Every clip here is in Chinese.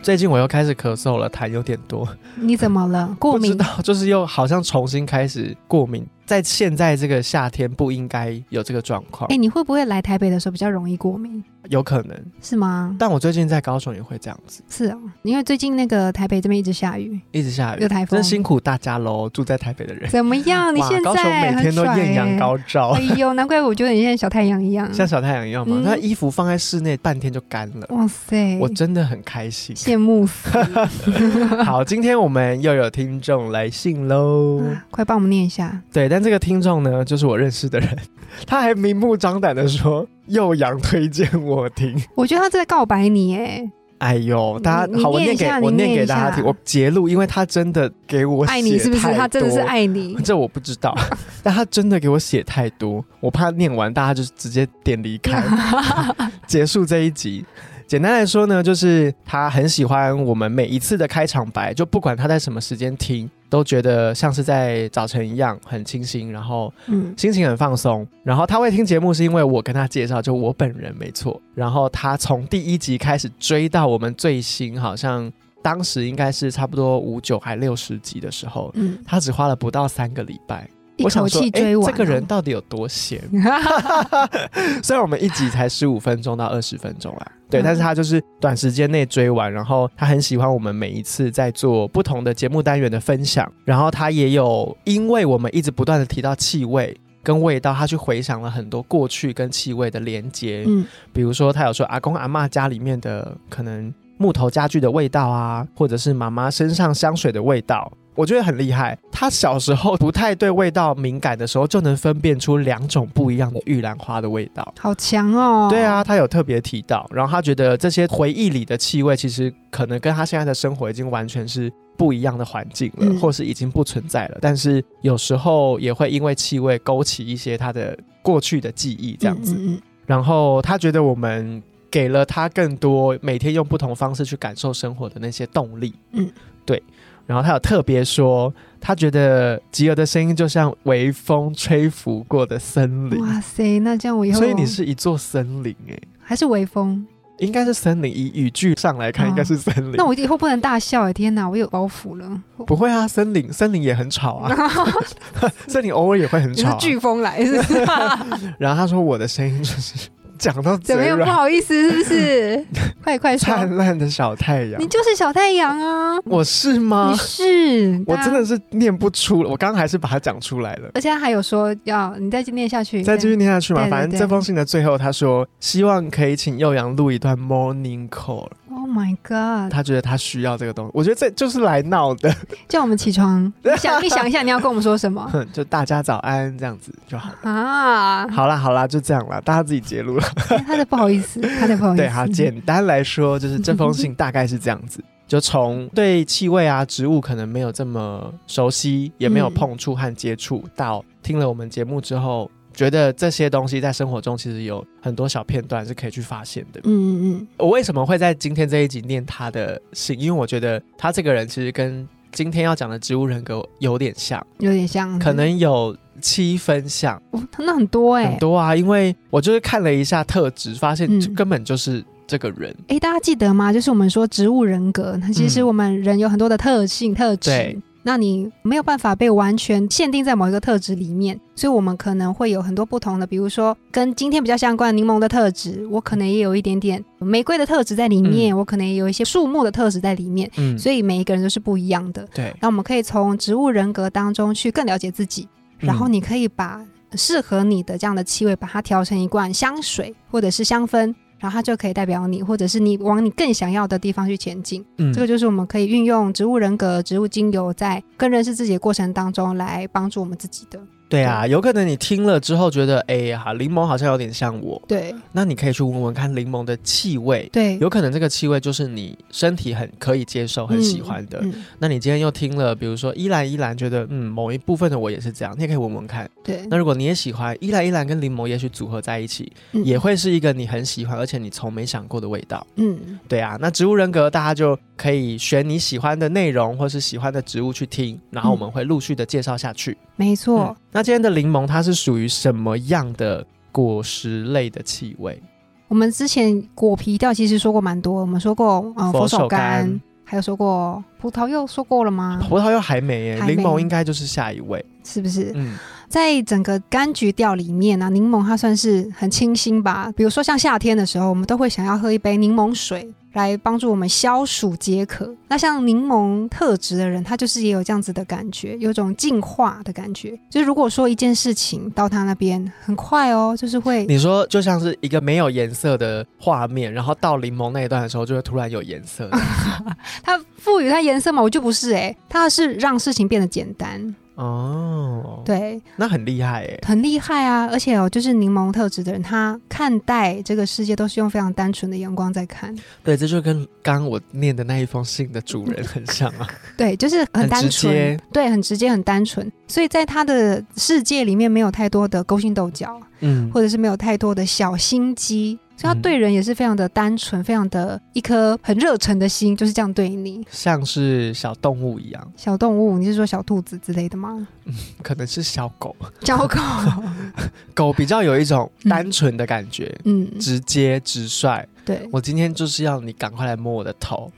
最近我又开始咳嗽了，痰有点多，你怎么了？过不知敏？道，就是又好像重新开始过敏。在现在这个夏天，不应该有这个状况哎、，你会不会来台北的时候比较容易过敏？有可能。是吗？但我最近在高雄也会这样子，是哦，因为最近那个台北这边一直下雨，一直下有雨，台风真。辛苦大家喽，住在台北 的人。怎么哦样？你哇现，高雄在每很天都拽艳阳欸。高照哎，呦，难怪我觉得你现在小太阳一 样。像小太阳一样嘛。嗯那衣服放在室内半天就干了，哇塞，我真的很开心。羡慕死！ 好，今天我们又有听众来信喽。快帮我们念一下。对，但这个听众呢，就是我认识的人，他还明目张胆的说幼阳推荐我听。我觉得他在告白你，哎，哎呦，大你家你好，我念一给下我你念给一大家下听，我截录，因为他真的给我爱你写是不是？太他真的是多。爱你 这我不知道，但他真的给我写太多，我怕念完大家就直接点离开，结束这一集。简单来说呢，就是他很喜欢我们每一次的开场白，就不管他在什么时间听，都觉得像是在早晨一样很清新，然后嗯，心情很放松。然后他会听节目是因为我跟他介绍，就我本人没错。然后他从第一集开始追到我们最新，好像当时应该是差不多五九还六十集的时候，嗯，他只花了不到三个礼拜。一我想口说气，哎、追完、哦这个人，到底有多闲？ 虽然我们一集才十五分钟到二十分钟啦，对，嗯但是他就是短时间内追完，然后他很喜欢我们每一次在做不同的节目单元的分享，然后他也有因为我们一直不断的提到气味。跟味道，他去回想了很多过去跟气味的连接， 嗯，比如说他有说阿公阿嬷家里面的可能木头家具的味道啊，或者是妈妈身上香水的味道。我觉得很厉害，他小时候不太对味道敏感的时候，就能分辨出两种不一样的玉兰花的味道。好强哦。对啊，，他有特别提到，然后他觉得这些回忆里的气味，其实可能跟他现在的生活已经完全是不一样的环境了，嗯或是已经不存在了。但是有时候也会因为气味勾起一些他的过去的记忆，这样子。嗯嗯然后他觉得我们给了他更多每天用不同方式去感受生活的那些动力。嗯，对。然后他有特别说，他觉得吉儿的声音就像微风吹拂过的森嗯林，哇哎塞，那这样我以后，所以你是一座森林诶、还是微风？应该是森林。以语句上来看，哦应该是森林。那我以后不能大笑哎！天哪，我有包袱了。不会啊，森林森林也很吵 啊，森林偶尔也会很你吵、是啊。飓风 来是不是？然后他说我的声音就是讲到嘴 怎么样？不软，好意思，是不是？ 快快说，灿烂的小太阳你。就是小太阳啊！我是吗？你是， 我真大家。的是念不出了，我刚刚还是把它讲出来了。而且他还有说要你再念下去，再继续念下去嘛，对对反正对这封信的最后，他说希望可以请幼阳录一段 morning call， Oh my god！他觉得他需要这个东西。我觉得这就是来闹的，叫我们起床， 你 想，你想一下，你要跟我们说什么哼，就大家早安这样子就好。啊？好啦好啦，就这样啦，大家自己截录了。他的不好意思，他的不好意思。对，好，简单来说，就是这封 信大概是这样子。就从对气味啊、植物可能没有这么熟悉，也没有嗯碰触和接触，到听了我们节目之后，觉得这些东西在生活中其实有很多小片段是可以去发现的。嗯嗯我为什么会在今天这一集念他的信？因为我觉得他这个人其实跟今天要讲的植物人格有点像，嗯，有点像，可能有七分像，哦那很多哎、很多啊。因为我就是看了一下特质，发现嗯就根本就是这个人。哎、大家记得吗？就是我们说植物人格，那其实嗯我们人有很多的特性、特质对。那你没有办法被完全限定在某一个特质里面，所以我们可能会有很多不同的，比如说跟今天比较相关的柠檬的特质，我可能也有一点点玫瑰的特质在里面，我可能也有一些树木的特质在里面，嗯，所以每一个人都是不一样的。对，那我们可以从植物人格当中去更了解自己，然后嗯你可以把适合你的这样的气味，把它调成一罐香水或者是香氛，然后它就可以代表你，或者是你往你更想要的地方去前进。嗯这个就是我们可以运用植物人格、植物精油在更认识自己的过程当中来帮助我们自己的。对啊，有可能你听了之后觉得，哎呀，柠檬好像有点像我，对那你可以去闻闻看柠檬的气味。对，有可能这个气味就是你身体很可以接受、很喜欢的。嗯嗯那你今天又听了，比如说依兰依兰，觉得嗯某一部分的我也是这样，你也可以闻闻看。对，那如果你也喜欢依兰依兰跟柠檬，也许组合在一起，嗯也会是一个你很喜欢，而且你从没想过的味道。嗯对啊，那植物人格大家就可以选你喜欢的内容或是喜欢的植物去听，然后我嗯们会陆续的介绍下去。没错嗯，那今天的柠檬它是属于什么样的果实类的气味？我们之前果皮调其实说过蛮多，我们说过呃佛佛手手柑柑，还有说过葡萄柚说过了吗？葡萄柚还没耶，嗯还没柠檬应该就是下一位。是不是？嗯，在整个柑橘调里面啊，柠檬它算是很清新吧。比如说像夏天的时候，我们都会想要喝一杯柠檬水来帮助我们消暑解渴。那像柠檬特质的人，他就是也有这样子的感觉，有种净化的感觉。就是如果说一件事情到他那边很快哦，就是会你说就像是一个没有颜色的画面，然后到柠檬那一段的时候，就会突然有颜色。它赋予它颜色嘛，我就不是诶、它是让事情变得简单，哦，，嗯对，那很厉害耶。很厉害啊。而且哦，就是柠檬特质的人，他看待这个世界都是用非常单纯的眼光在看。对，这就跟刚刚我念的那一封信的主人很像 啊。对，就是很很单直接纯，对，很直接，很单纯。所以在他的世界里面，没有太多的勾心斗角，嗯，或者是没有太多的小心机，所以他嗯对人也是非常的单纯，非常的一颗很热忱的心，就是这样对你。像是小动物一样，小动物，你是说小兔子之类 的吗？可能是小狗。小狗，狗比较有一种嗯单纯的感觉，嗯，直接直率。对，我今天就是要你赶快来摸我的头，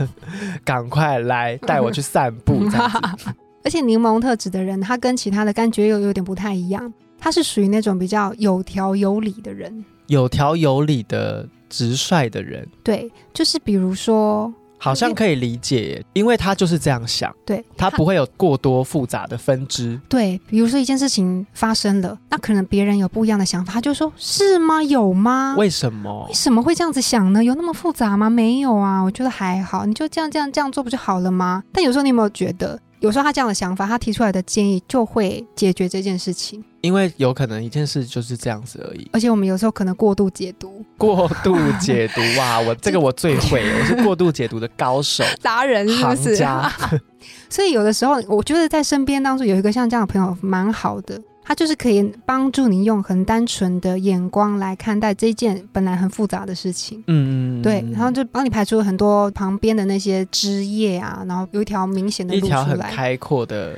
赶快来带我去散步，这样子。 而且柠檬特质的人，他跟其他的柑橘又有点不太一样，他是属于那种比较有条有理的人。有条有理的直率的人，对，就是比如说，好像可以理解耶，因为他就是这样想，对他不会有过多复杂的分支。对，比如说一件事情发生了，那可能别人有不一样的想法，他就说是吗？有吗？为什么为？什么会这样子想呢？有那么复杂吗？没有啊，我觉得还好，你就这样这样这样做不就好了吗？但有时候你有没有觉得，有时候他这样的想法，他提出来的建议就会解决这件事情，因为有可能一件事就是这样子而已。而且我们有时候可能过度解读，过度解读哇，我这个我最会了，我是过度解读的高手。达人 是不行是？家， 所以有的时候，我觉得在身边当中有一个像这样的朋友蛮好的，他就是可以帮助你用很单纯的眼光来看待这件本来很复杂的事情。嗯，对，然后就帮你排除很多旁边的那些枝叶啊，然后有一条明显的一路条出很来。开阔的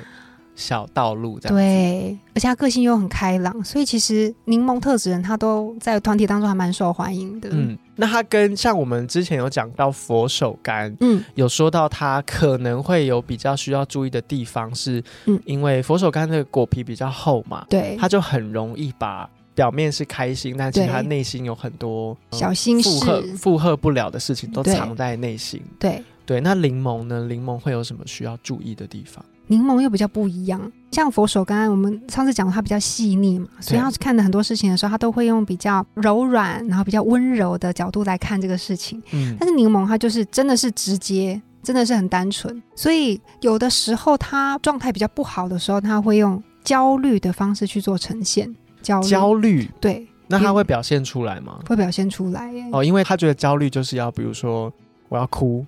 小道路，这样子。对，而且他个性又很开朗，所以其实柠檬特质人他都在团体当中还蛮受欢迎的。嗯，那它跟像我们之前有讲到佛手柑，嗯有说到它可能会有比较需要注意的地方是，嗯因为佛手柑的果皮比较厚嘛，对，它就很容易把表面是开心，但其实对它内心有很多呃小心负荷事，嗯负荷不了的事情都对藏在内心。对，对，那柠檬呢？柠檬会有什么需要注意的地方？柠檬又比较不一样。像佛手柑，我们上次讲过它比较细腻嘛，所以他看的很多事情的时候，他都会用比较柔软，然后比较温柔的角度来看这个事情。嗯但是柠檬它就是真的是直接，真的是很单纯，所以有的时候它状态比较不好的时候，它会用焦虑的方式去做呈现，焦虑焦虑，对那它嗯会表现出来吗？会表现出来耶。哦，因为他觉得焦虑就是要，比如说我要哭，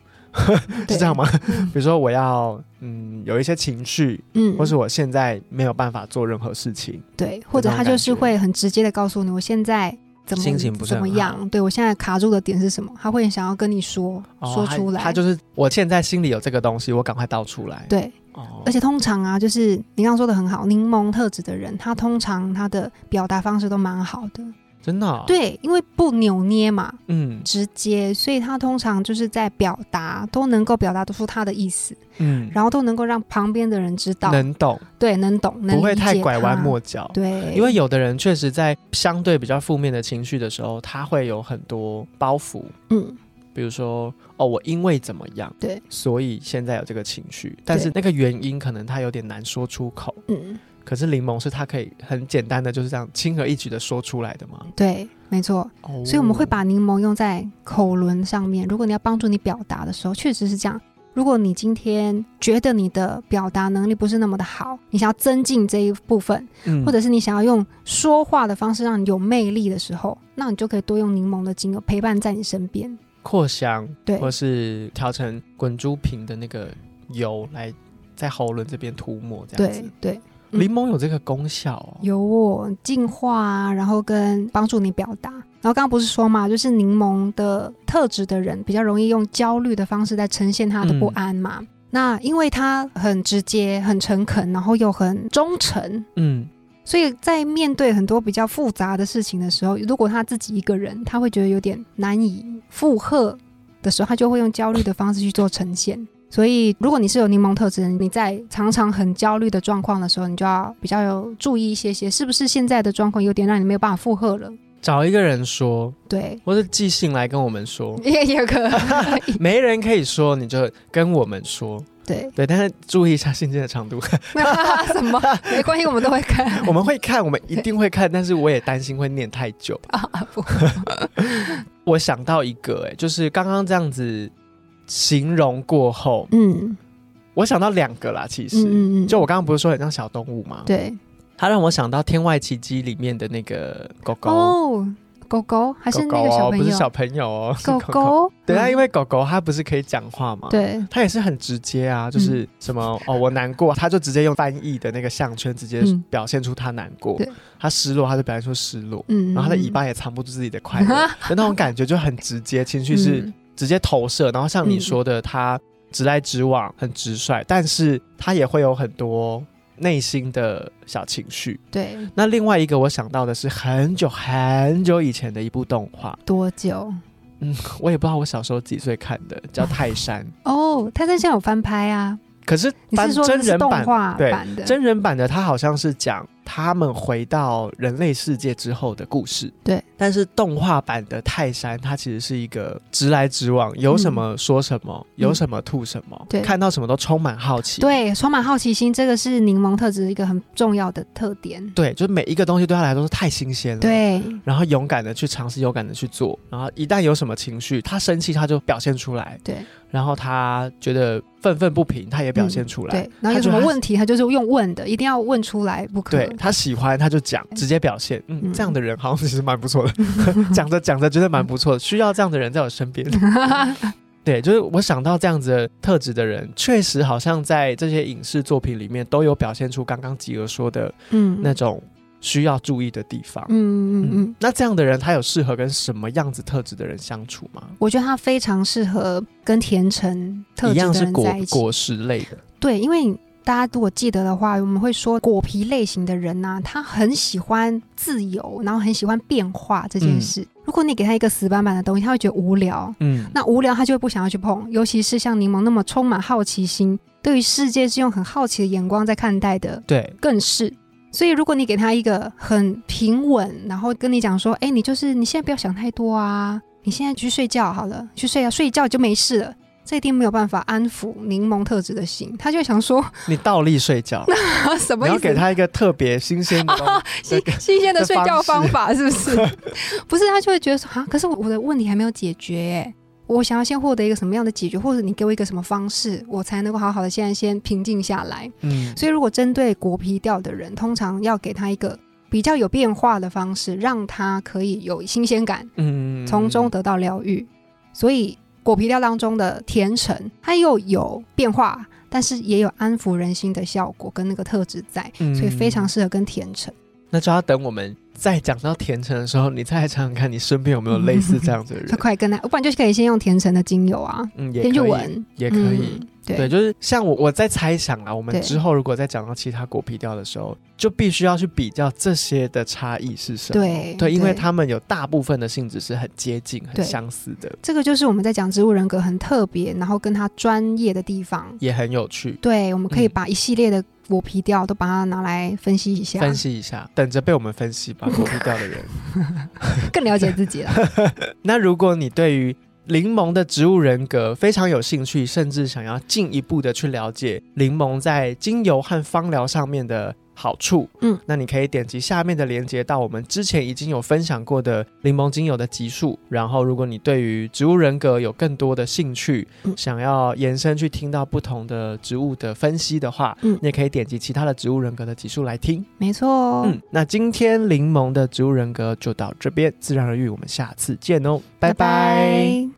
是这样吗？ 比如说我要嗯有一些情绪，嗯或是我现在没有办法做任何事情，对，或者他就是会很直接的告诉你，我现在怎么心情不是怎很么样，对我现在卡住的点是什么，他会想要跟你说、哦说他出来。他就是我现在心里有这个东西，我赶快倒出来。，对，哦而且通常啊，就是你刚刚说的很好，柠檬特质的人，他通常他的表达方式都蛮好的，真的、哦，，对，因为不扭捏嘛，嗯直接，所以他通常就是在表达都能够表达得出他的意思，嗯，然后都能够让旁边的人知道，能懂，对，能懂，能不会理太解拐弯他抹角。对，因为有的人确实在相对比较负面的情绪的时候，他会有很多包袱，嗯，比如说哦，我因为怎么样，对，所以现在有这个情绪，但是那个原因可能他有点难说出口。嗯，可是柠檬是它可以很简单的就是这样轻而易举的说出来的嘛。对，没错，哦所以我们会把柠檬用在口轮上面。如果你要帮助你表达的时候，确实是这样。如果你今天觉得你的表达能力不是那么的好，你想要增进这一部分，嗯或者是你想要用说话的方式让你有魅力的时候，那你就可以多用柠檬的精油陪伴在你身边。扩香，对或是调成滚珠瓶的那个油来在喉咙这边涂抹，这样对子。对，嗯柠檬有这个功效哦。有我净化啊，然后跟帮助你表达。然后刚刚不是说嘛，就是柠檬的特质的人比较容易用焦虑的方式在呈现他的不安嘛。那因为他很直接、很诚恳，然后又很忠诚，嗯，所以在面对很多比较复杂的事情的时候，如果他自己一个人，他会觉得有点难以负荷的时候，他就会用焦虑的方式去做呈现。所以，如果你是有柠檬特质的人，你在常常很焦虑的状况的时候，你就要比较有注意一些些，是不是现在的状况有点让你没有办法负荷了？找一个人说，对，或是寄信来跟我们说，，也也可以没人可以说，你就跟我们说。 对，对，但是注意一下信件的长度，什 么没关系，我们都会 看。我们会看，我们一定会看，但是我也担心会念太久。 啊，不， 我想到一个、哎，就是刚刚这样子形容过后，嗯我想到两个啦，其嗯实。嗯嗯，就我刚刚不是说很像小动物吗？对它让我想到《天外奇迹》里面的那个狗狗，哦，狗狗还是那个狗狗哦，小朋不是友，小 朋友哦，是狗狗。狗，对啊，因为为狗狗它不是可以讲话吗？，对，嗯它也是很直接啊，就是什么、哦，我难过，它就直接用翻译的那个项圈直接嗯表现出它难过对；它、失落，它就表现出失落。嗯，然后它的尾巴也藏不住自己的快乐，的那种感觉就很直接，情绪是嗯直接投射。然后像你说的，他直来直往，很直率，但是他也会有很多内心的小情绪。对那另外一个我想到的是很久很久以前的一部动画，多久？我也不知道我小时候几岁看的，叫《泰山》。哦，泰山现在有翻拍啊？可是你翻是说真这是人动版画对版的？真人版的，它好像是讲他们回到人类世界之后的故事。对，但是动画版的泰山，它其实是一个直来直往，有什么说什么，有什么吐什么，嗯对看到什么都充满好奇。对，充满好奇心，这个是柠檬特质一个很重要的特点。对，就是每一个东西对他来说都太新鲜了。。对，然后勇敢的去尝试，勇敢的去做。然后一旦有什么情绪，他生气他就表现出来，对然后他觉得愤愤不平，他也表现出来。嗯对，然后有什么问题，他就是用问的，一定要问出来，不 可。对他喜欢他就讲，直接表现。嗯，嗯这样的人好像其实蛮不错的， 讲着讲着觉得蛮不错的，需要这样的人在我身边。嗯对，就是我想到这样子的特质的人，确实好像在这些影视作品里面都有表现出刚刚吉儿说的 嗯，那种需要注意的地方。嗯嗯嗯，那这样的人，他有适合跟什么样子特质的人相处吗？我觉得他非常适合跟甜橙特一质样的是人果在一起。果实类的，对，因为大家如果记得的话，我们会说果皮类型的人呐、他很喜欢自由，然后很喜欢变化这件事。如果你给他一个死板板的东西，他会觉得无聊。嗯，那无聊，他就会不想要去碰，尤其是像柠檬那么充满好奇心，对于世界是用很好奇的眼光在看待的，对，更是。所以，如果你给他一个很平稳，然后跟你讲说，哎，你就是你现在不要想太多啊，你现在去睡觉好了，去睡啊，睡一觉就没事了。这一定没有办法安抚柠檬特质的心，他就会想说，你倒立睡 觉，啊，什么 你意要思？给他一个特别新鲜的东 西。新新鲜的睡觉方法是 不是？不是，他就会觉得说啊，可是我我的问题还没有解决耶我想要先获得一个什么样的解决，或者你给我一个什么方式，我才能够好好的现在先平静下来。嗯，所以，如果针对果皮调的人，通常要给他一个比较有变化的方式，让他可以有新鲜感，嗯从中得到疗愈。所以，果皮调当中的甜橙，它又有变化，但是也有安抚人心的效果跟那个特质在，嗯所以非常适合跟甜橙。那就要等我们再讲到甜橙的时候，你再来想想看，你身边有没有类似这样子的 他人？快跟他，不然就是可以先用甜橙的精油啊，嗯，也先去可以，闻，也可以。嗯对，对就是像我我在猜想啊，我们对之后如果再讲到其他果皮调的时候，就必须要去比较这些的差异是什么。对对，因为他们有大部分的性质是很接近、很对相似的，这个就是我们在讲植物人格很特别，然后跟他专业的地方，也很有趣。对，我们可以嗯把一系列的果皮调都把它拿来分析一下，分析一下，等着被我们分析吧，果皮调的人。更了解自己 了。那如果你对于柠檬的植物人格非常有兴趣，甚至想要进一步的去了解柠檬在精油和芳疗上面的好处，嗯，那你可以点击下面的链接到我们之前已经有分享过的柠檬精油的集数。然后，如果你对于植物人格有更多的兴趣，嗯想要延伸去听到不同的植物的分析的话，嗯你也可以点击其他的植物人格的集数来听。没错哦。嗯，那今天柠檬的植物人格就到这边，自然而愈，我们下次见哦，拜拜拜